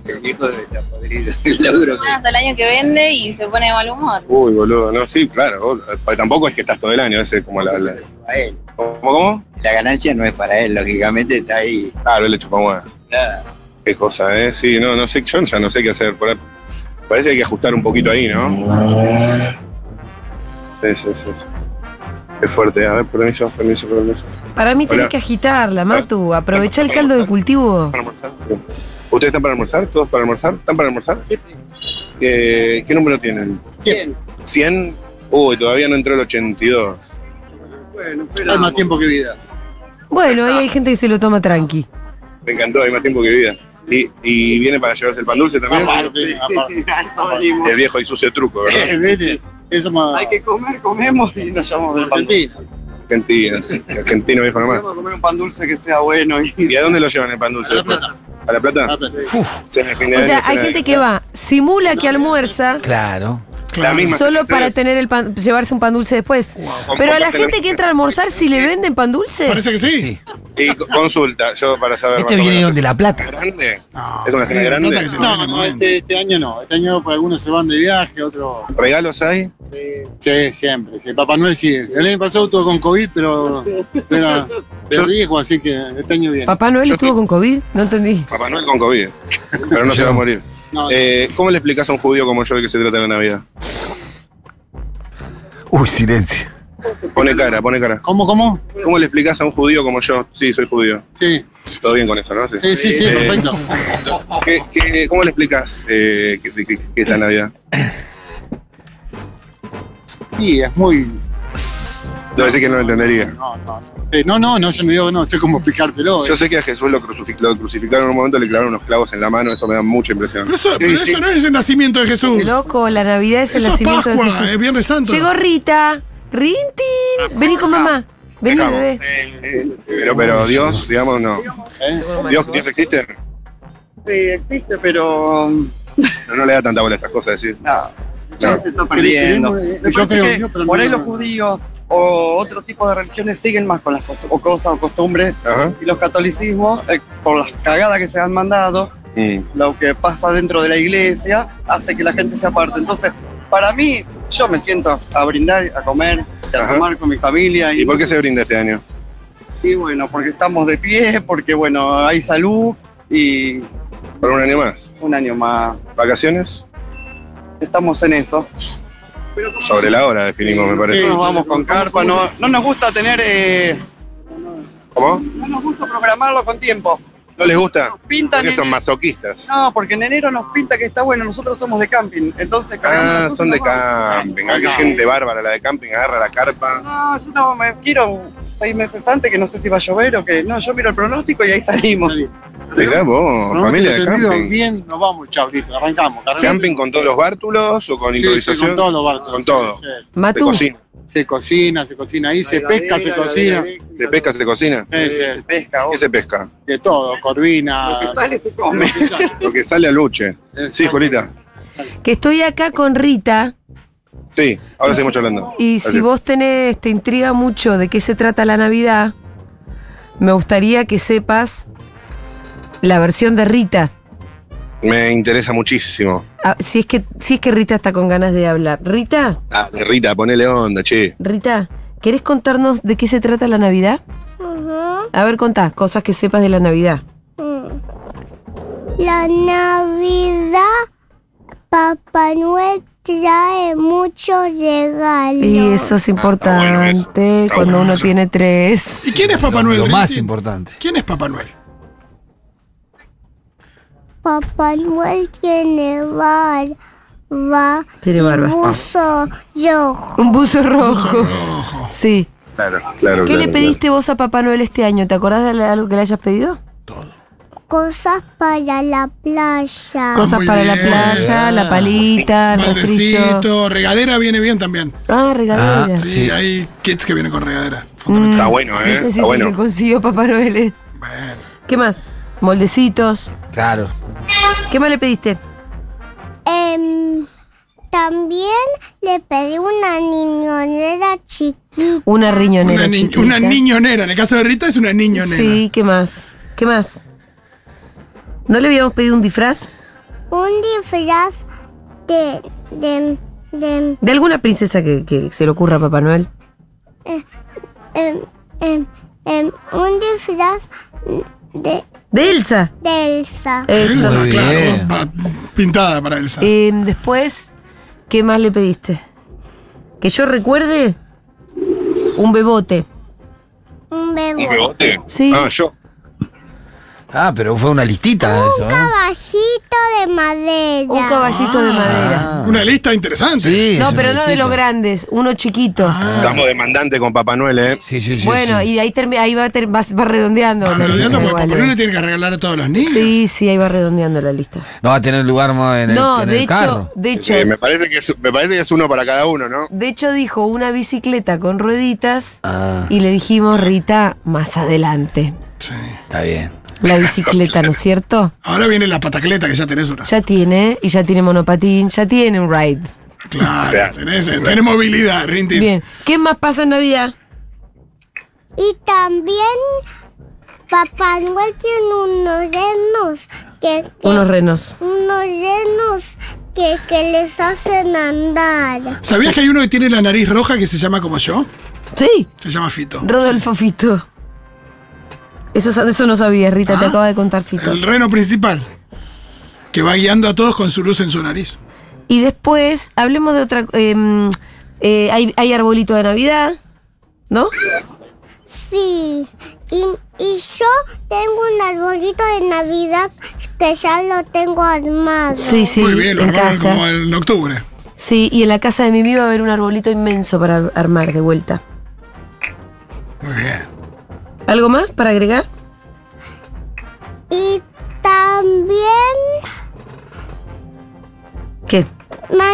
El viejo debe estar podrido. El logro que Semanas al año que vende y se pone de mal humor. Uy, boludo. No, sí, claro. vos- eh, Tampoco es que estás todo el año, ese es como la... la- a él. ¿Cómo, cómo? La ganancia no es para él, lógicamente está ahí. Claro, él le chupa hueá. Nada. Qué cosa, ¿eh? Sí, no, no sé, yo ya no sé qué hacer. por ahí- Parece que hay que ajustar un poquito ahí, ¿no? Sí, sí, sí. sí. Qué fuerte, a ver, permiso, permiso, permiso. para mí tenés Hola. que agitarla, Matu. Aprovechá el caldo de cultivo. ¿Para almorzar? Sí. ¿Ustedes están para almorzar? ¿Todos para almorzar? ¿Están para almorzar? Eh, ¿Qué número tienen? 100. ¿100? Uy, todavía no entró el 82. Hay más tiempo que vida. Bueno, ahí hay gente que se lo toma tranqui. Me encantó, hay más tiempo que vida. ¿Y, y viene para llevarse el pan dulce también? El viejo y sucio truco, ¿verdad? Hay que comer, comemos y nos llamamos del Argentina. Argentino, argentino viejo nomás. Vamos a comer un pan dulce que sea bueno. Y... ¿Y a dónde lo llevan el pan dulce? después? ¿A La Plata? Sí, en el fin de O sea, año hay cena gente de- que va, simula que almuerza Claro. La misma solo gente. para tener el pan, llevarse un pan dulce después. Pero a la gente que entra a almorzar, si le venden pan dulce, Parece que sí. Sí. Y co- consulta, yo para saber. Este más o viene menos, de La Plata. ¿Es grande? No, ¿Es una cena la plata grande? que te están demandando. año no. Este año algunos se van de viaje, otros. ¿Regalos hay? Sí, siempre. Sí, Papá Noel sigue. El año pasado estuvo con COVID, pero era de riesgo, así que este año viene. Papá Noel Yo estuvo te- con COVID, no entendí. Papá Noel con COVID. Pero no se va a morir. No, Eh, ¿Cómo le explicas a un judío como yo de qué se trata la Navidad? Uy, silencio. Pone cara, pone cara. ¿Cómo, cómo? ¿Cómo le explicas a un judío como yo? Sí, soy judío. Sí, Todo bien con eso, ¿no? sí, sí, sí, Eh, perfecto. ¿qué- qué- cómo le explicas eh, qué, qué- qué es la Navidad? Sí, es muy. Yo decir que no lo entendería. No, no, no. sé. no, no, no, yo no digo, que no sé cómo explicártelo. eh. Yo sé que a Jesús lo, crucifi- lo crucificaron en un momento, le clavaron unos clavos en la mano, eso me da mucha impresión. Pero eso, pero eso no es el nacimiento de Jesús. Loco, la Navidad es el Eso es nacimiento de Pascua, Jesús. es Viernes Santo. Llegó Rita. Rintin, vení con mamá. Vení, Ah, Dejamos. Eh, bebé. Pero, pero Dios, digamos, no. ¿Eh? Dios, Dios existe, Sí, existe, pero. no, no le da tanta bola a estas cosas, decir. No, ya No. se está perdiendo. Queremos, eh, Me yo parece creo, que yo, pero por no- ahí los judíos o otro tipo de religiones siguen más con las costu- o cosas o costumbres Ajá. y los catolicismos, eh, por las cagadas que se han mandado, Mm. lo que pasa dentro de la iglesia, hace que la gente se aparte. Entonces, para mí, yo me siento a brindar, a comer, y a Ajá. tomar con mi familia. ¿Y por qué se brinda este año? y bueno, porque estamos de pie, porque bueno, hay salud y ¿Para un año más? un año más. ¿Vacaciones? Estamos en eso. Sobre la hora definimos, me Sí, parece. nos vamos con carpa, no, no nos gusta tener, eh, ¿Cómo? no nos gusta programarlo con tiempo. ¿No les gusta? Nos pintan Porque en- son masoquistas. No, porque en enero nos pinta que está bueno, nosotros somos de camping, entonces cargamos Ah, las son de cosas, nos camping. Ah, qué gente bárbara la de camping. Agarra la carpa. vamos. No, yo no me quiero seis meses antes que no sé si va a llover o que no, yo miro el pronóstico y ahí salimos. Mirá vos, No, familia te de entendido camping. Bien, nos vamos, chao, listo, arrancamos. cargamos. ¿Camping con todos los bártulos o con Sí, sí, con improvisación? todos los barcos. Con todo. Sí. Se Matú, cocina. Se cocina, se cocina ahí, se pesca, se cocina. Se pesca, se cocina. Sí, sí, Pesca, ¿Qué vos. se pesca? De todo, corvina. Lo que sale se come. Lo que sale a luche. Sí, Julita. que estoy acá con Rita. Sí, ahora Y seguimos si- charlando. Y si Gracias. vos tenés, te intriga mucho de qué se trata la Navidad, me gustaría que sepas la versión de Rita. Me interesa muchísimo. Ah, si, es que, si es que Rita está con ganas de hablar. Rita, Ah, Rita, ponele onda, che. Rita, ¿querés contarnos de qué se trata la Navidad? A ver, contá, cosas que sepas de la Navidad. La Navidad, Papá Noel trae muchos regalos. Y Ah, eso es importante bueno eso. Está cuando bueno uno eso. tiene tres. ¿Y quién es Papá Lo- Noel? Lo más Valentín? importante. ¿Quién es Papá Noel? Papá Noel tiene bar, va Tiene barba. buzo rojo. Un buzo rojo. Sí. Claro, claro. ¿Qué le claro, claro. pediste vos a Papá Noel este año? ¿Te acordás de algo que le hayas pedido? Cosas para la playa. Cos- Ah, Cosas muy para la bien. Ah, playa, la palita, el rastrillo. Maldecito, regadera viene bien también. Ah, regadera. Ah, Sí, Sí. hay kits que vienen con regadera. Mm, Está bueno, ¿eh? No sé si Está es bueno. el que consiguió Papá Noel. Bueno. ¿Qué más? Moldecitos. Claro. ¿Qué más le pediste? Em, también le pedí una niñonera chiquita. Una riñonera. Una, ni- chiquita. una niñonera. En el caso de Rita es una niñonera. Sí, ¿qué más? ¿Qué más? ¿No le habíamos pedido un disfraz? Un disfraz de, de, de, ¿De alguna princesa que, que se le ocurra a Papá Noel? em, em, em, un disfraz de, De Elsa. de Elsa. Eso. Elsa, Muy claro, bien. pa- pintada para Ah. Elsa. Eh, después, ¿qué más le pediste? Que yo recuerde un bebote. Un bebé. ¿Un bebote? Sí. Ah, yo. Ah, pero fue una listita eso. ¿eh? Caballito de madera. Un caballito de Ah. madera. Una lista interesante. Sí. es No, una pero no de listita. los grandes, uno chiquito. Estamos demandantes con Papá Noel, ¿eh? Sí, sí, sí. bueno, sí. y ahí, termi- ahí va, ter- va, va redondeando. Ah, la pero lista odiando porque igual, Papá ¿eh? Noel le tiene que regalar a todos los niños. Sí, sí, ahí va redondeando la lista. No va a tener lugar más en el, no, en de el hecho, carro. de hecho, Sí, Eh, me, parece que es, me parece que es uno para cada uno, ¿no? de hecho dijo una bicicleta con rueditas Ah, y le dijimos, Rita, más adelante. Sí. está bien. La bicicleta, ¿no es cierto? Ahora viene la patacleta que ya tenés una. Ya tiene, y ya tiene monopatín, ya tiene un ride. Claro, Claro. tenés, eh, tenés movilidad, Rintin. Bien, ¿qué más pasa en Navidad? Y también Papá Noel tiene unos renos que, que- Unos renos. unos renos que, que les hacen andar. ¿Sabías que hay uno que tiene la nariz roja que se llama como yo? Sí, Se llama Fito. Rodolfo Fito. Eso, sa- eso no sabía, Rita, te Ah. acaba de contar Fito. El reno principal. Que va guiando a todos con su luz en su nariz. Y después, hablemos de otra... em, eh, hay, hay arbolito de Navidad, ¿no? Sí. Y, y yo tengo un arbolito de Navidad que ya lo tengo armado. Sí, sí, Ah, Muy bien, lo en armaron casa. como en octubre. Sí, y en la casa de Mimi va a haber un arbolito inmenso para ar- armar de vuelta. Muy bien. ¿Algo más para agregar? Y también ¿Qué? Mañana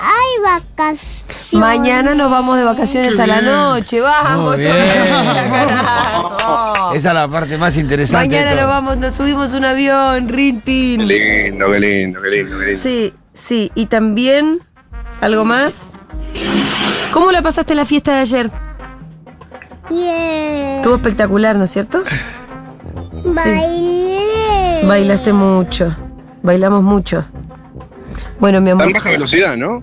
hay vacaciones. Mañana nos vamos de vacaciones Qué a la bien. noche, vamos. Muy bien. carajo. Esa es la parte más interesante. Ah. Mañana de nos todo. vamos, nos subimos un avión, Qué Rintin. lindo, qué lindo, qué lindo, qué lindo. Sí, sí, y también algo más. ¿Cómo la pasaste la fiesta de ayer? Bien. Estuvo espectacular, ¿no es cierto? Bailé. Bailaste mucho, bailamos mucho. Bueno, mi Está amor. en baja velocidad, ¿no?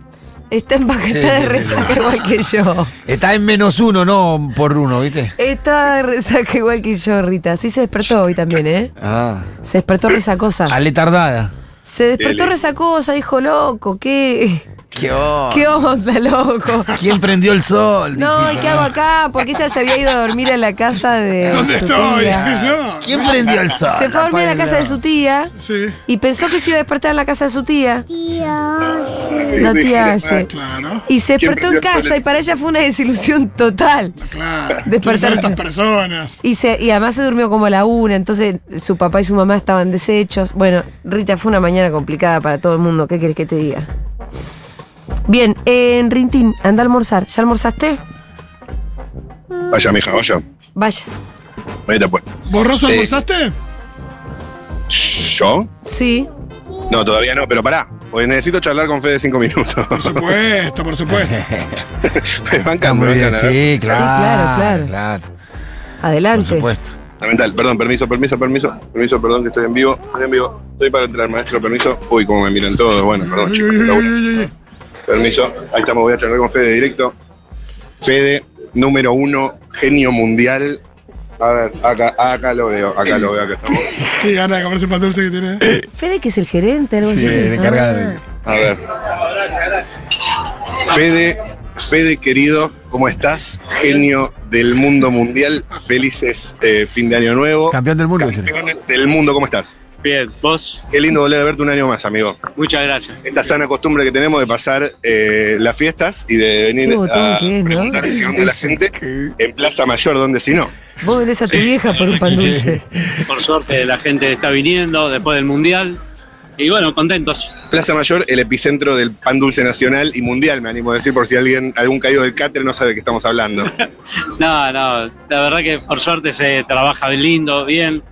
Está en baja, Sí, está de sí, sí, sí. resaca igual que yo. Está en menos uno, no por uno, ¿viste? Está de resaca igual que yo, Rita. Sí se despertó hoy también, ¿eh? Ah. Se despertó resacosa. Ale tardada. Se despertó Dele. resacosa, hijo loco, ¿qué? ¿Qué onda? ¿Qué onda, loco? ¿Quién prendió el sol? No, ¿y Dijiste. qué hago acá? Porque ella se había ido a dormir a la casa de ¿Dónde su estoy? tía. No. ¿Quién prendió el sol? Se fue a dormir a la casa de su tía Sí. y pensó que se iba a despertar en la casa de su tía. Tía, La tía Aye. Ah, Claro. Y se ¿Quién despertó en prendió el casa sol? y para ella fue una desilusión total. Claro. Despertarse. ¿Quiénes son estas personas? Y, se, y además se durmió como a la una, entonces su papá y su mamá estaban deshechos. Bueno, Rita, fue una mañana complicada para todo el mundo. ¿Qué querés que te diga? Bien, en Rintín, anda a almorzar. ¿Ya almorzaste? Vaya, mija, vaya. Vaya. Vete, pues. ¿Borroso Eh. almorzaste? ¿Yo? Sí. No, todavía no, pero pará. Porque necesito charlar con Fede cinco minutos. Por supuesto, por supuesto. me Está bancan, muy me bien, bancan. a ver. sí, claro, claro. claro. claro. Por Adelante. supuesto. Lamental, perdón, permiso, permiso, permiso. Permiso, perdón, que estoy en vivo. Estoy en vivo. Estoy para entrar, maestro, permiso. Uy, cómo me miran todos. Bueno, perdón, Uy, chicos. uy, uy, la buena. uy, uy. Permiso. Ahí estamos, voy a charlar con Fede directo. Fede, número uno, genio mundial. A ver, acá, acá lo veo, acá lo veo, acá estamos. Qué gana de comerse el pan dulce que tiene. Fede, que es el gerente, algo Sí, así. me carga de- Ah. A ver. Fede, Fede querido, ¿cómo estás? Genio del mundo mundial. Felices eh, fin de año nuevo. Campeón del mundo. dice. Campeón del mundo, ¿cómo estás? Bien, vos, Qué lindo volver a verte un año más, amigo. muchas gracias. Esta sana costumbre que tenemos de pasar eh, las fiestas y de venir Qué botón a que es, ¿no? preguntar qué onda la gente en Plaza Mayor, donde si no. Vos venés a tu Sí. vieja por un pan dulce. Por suerte la gente está viniendo después del Mundial. Y bueno, contentos. Plaza Mayor, el epicentro del pan dulce nacional y mundial, me animo a decir, por si alguien, algún caído del cáter no sabe de qué estamos hablando. No, no, Ah, la verdad que por suerte se trabaja lindo, bien.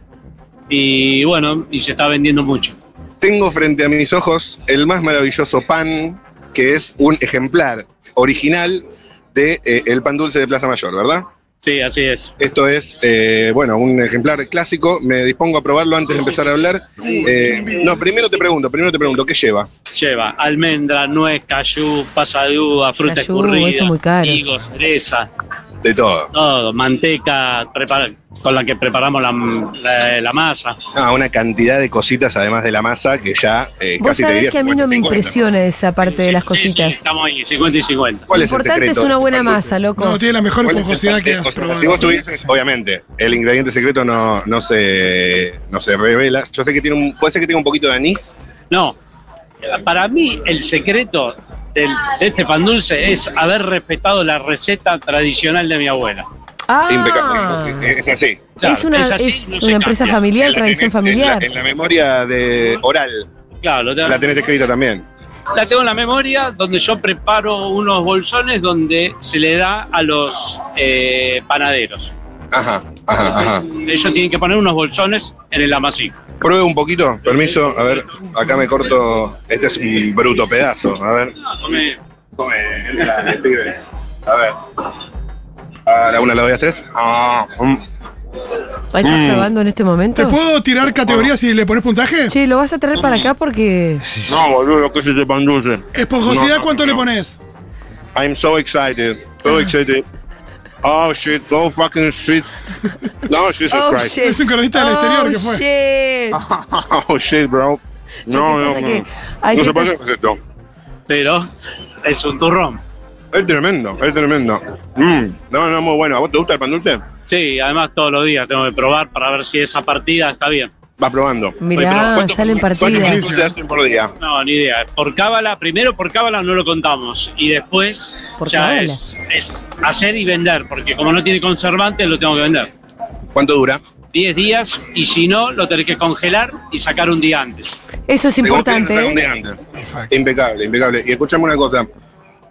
Y bueno, y se está vendiendo mucho. Tengo frente a mis ojos el más maravilloso pan, que es un ejemplar original de eh, el pan dulce de Plaza Mayor, ¿verdad? Sí, así es. Esto es, eh, bueno, un ejemplar clásico. Me dispongo a probarlo antes de empezar a hablar. Eh, no, primero te pregunto, primero te pregunto, ¿qué lleva? Lleva almendra, nuez, cayú, pasa de uva, fruta Cayú, escurrida, eso es muy caro. higo, cereza, De todo. todo, manteca prepara- con la que preparamos la, la- la masa. Ah, una cantidad de cositas además de la masa que ya eh, Vos casi te diría sabés que a mí no me 50-50. impresiona esa parte de las Sí, sí, cositas. estamos ahí, 50 y 50. ¿Cuál Lo es el importante es secreto? una buena Pan dulce? masa, loco. No, tiene la mejor ¿Cuál es el esponjosidad que secreto? has O sea, probado. si vos Sí, tuvieses, sí. obviamente, el ingrediente secreto no, no, se, no se revela. Yo sé que tiene un, puede ser que tenga un poquito de anís. No, para mí el secreto del- de este pan dulce es haber respetado la receta tradicional de mi abuela. Impecable. Eh, Ah, Es así. Claro, es una, es así, es no se una empresa cambia. familiar, La tradición tenés en la- familiar. En la, memoria de oral. Claro, te- La tenés escrita también. La tengo en la memoria donde yo preparo unos bolsones donde se le da a los eh, panaderos. Ajá, ajá, ajá. Ellos tienen que poner unos bolsones en el amasijo. Pruebe un poquito, permiso. A ver, acá me corto. Este es un bruto pedazo. A ver. Come, entrale, pibe. A ver. A la una, la dos, las tres. Ah, mm. Ahí ¿Estás Mm. probando en este ¿Te momento? puedo tirar categorías si le pones puntaje? Che, ¿lo vas a traer para acá? Porque No, boludo, que es este pan dulce. ¿Esponjosidad No, no, cuánto le no. pones? I'm so excited. So Ah. excited. Oh shit, so fucking shit. No, Jesus Oh, Christ. shit. Es un cronista del exterior que fue. shit. Oh shit, bro. No, ¿Qué no, pasa no. que No hay se ciertas- pasa con esto. Pero es un turrón. Es tremendo, es tremendo. Mm, No, no, muy bueno. ¿A vos te gusta el pan dulce? Sí, además todos los días tengo que probar para ver si esa partida está bien. Va probando. Mirá, ¿Cuántos- salen ¿Cuántos pan partidas. dulces hacen por día? No, ni idea. Por cábala, primero por cábala no lo contamos y después Por ya cábala. es, es hacer y vender, porque como no tiene conservantes lo tengo que vender. ¿Cuánto dura? 10 días y si no lo tenés que congelar y sacar un día antes. Eso es Te golpean importante, hasta un ¿eh? día antes. Impecable, impecable. Y escuchame una cosa.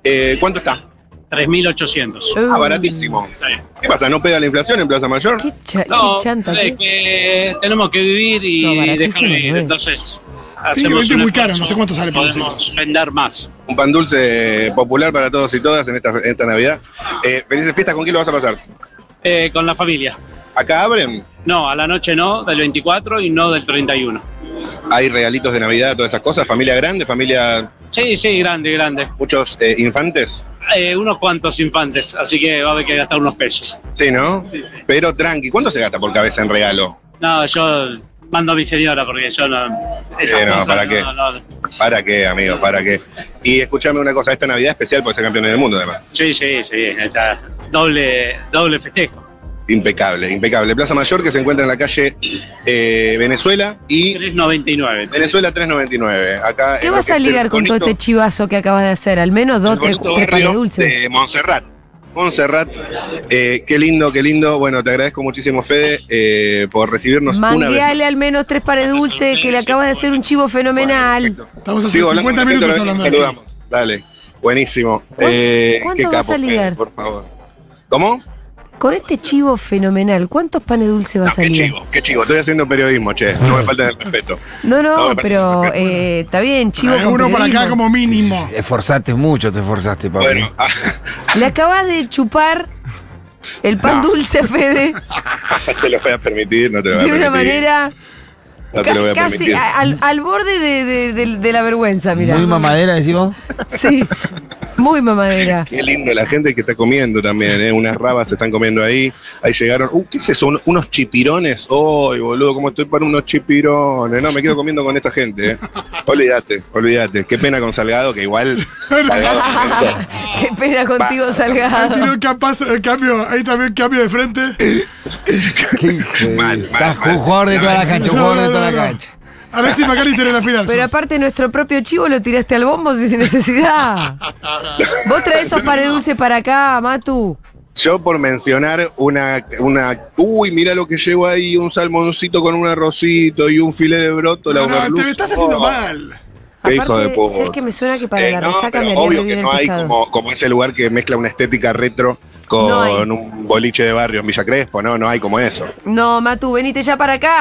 Eh, ¿Cuánto está? ¿eh? 3.800. Ah, baratísimo. ¿Qué pasa? ¿No pega la inflación en Plaza Mayor? Cha- Uh. qué chanta, es eh, qué- eh, que tenemos que vivir y dejar baratísimo, vivir. ¿no? Entonces, igual hacemos Ah, es un muy caro, esfuerzo, no sé cuánto sale para un Podemos vender más. Un pan dulce popular para todos y todas en esta, en esta Navidad. Eh, felices fiestas, ¿con quién lo vas a pasar? Eh, con la familia. ¿Acá abren? No, a la noche no, del 24 y no del 31. ¿Hay regalitos de Navidad, todas esas cosas? ¿Familia grande? ¿Familia.? Sí, sí, grande, grande. ¿Muchos eh, infantes? Eh, unos cuantos infantes, así que va a haber que gastar unos pesos. Sí, ¿no? Pero tranqui, ¿cuánto se gasta por cabeza en regalo? No, yo mando a mi señora porque yo no. esas Sí, no, cosas ¿para no- qué? no- ¿Para qué, amigo? ¿Para qué? Y escúchame una cosa, esta Navidad es especial por ser campeones del mundo, además. sí, sí, sí, está doble, doble festejo. Impecable, impecable. Plaza Mayor que se encuentra en la calle eh, Venezuela y... 399. Venezuela 399. Acá ¿Qué en vas lo a que es el ligar con todo bonito- este chivazo que acabas de hacer? Al menos dos, tres, bonito tres barrio panes dulces. De Montserrat. Montserrat, eh, qué lindo, qué lindo. Bueno, te agradezco muchísimo, Fede, eh, por recibirnos una vez. más. Mangueale al menos tres pares dulces que le acabas de hacer un chivo fenomenal. Estamos Sigo hablando con la gente, ahora de esto. saludamos. Dale, buenísimo. Eh, cuánto qué vas capo, a ligar? Fede, por favor. ¿Cómo? Con este chivo fenomenal, ¿cuántos panes dulces vas a Qué ligar? chivo, qué chivo. Estoy haciendo periodismo, che. No me falta el respeto. No, no, No, me pero eh, está bien, chivo. con periodismo. mínimo. Esforzaste mucho, te esforzaste, papi. Bueno, Le acabas de chupar el pan No. dulce a Fede te lo voy a permitir, no te lo voy a de permitir. una manera No te lo voy a casi permitir. a- al, al borde de, de- de- de la vergüenza, Ah, mira. Muy mamadera, decimos. Sí, muy mamadera. Qué lindo la gente que está comiendo también, ¿eh? Unas rabas se están comiendo ahí. Ahí llegaron. Uh, ¿Qué es eso? Un- unos chipirones. ¡Ay, boludo! ¿Cómo estoy para unos chipirones? No, me quedo comiendo con esta gente, ¿eh? Olvídate, olvídate. Qué pena con Salgado, que igual. Salgado- Qué pena contigo, Ahí tiene Salgado. un capazo- eh, cambio, ahí también cambio de frente. mal, mal, mal. Un jugador de toda la cancha, un No, jugador de no, toda no, la no. cancha. Alexis McAllister en la final. Pero aparte nuestro propio chivo lo tiraste al bombo sin necesidad. Vos traes esos pares dulces para acá, Matu. Yo por mencionar una, una uy, mira lo que llevo ahí, un salmoncito con un arrocito y un filete de broto, la No, no, overlook. te me estás haciendo Oh, mal. Qué hijo de puta. ¿Sabes que me suena que para Eh, la no, resaca pero me haría obvio muy que bien no el hay pescado? como, como ese lugar que mezcla una estética retro con No hay. un boliche de barrio en Villa Crespo, no, no hay como eso. No, Matu, venite ya para acá.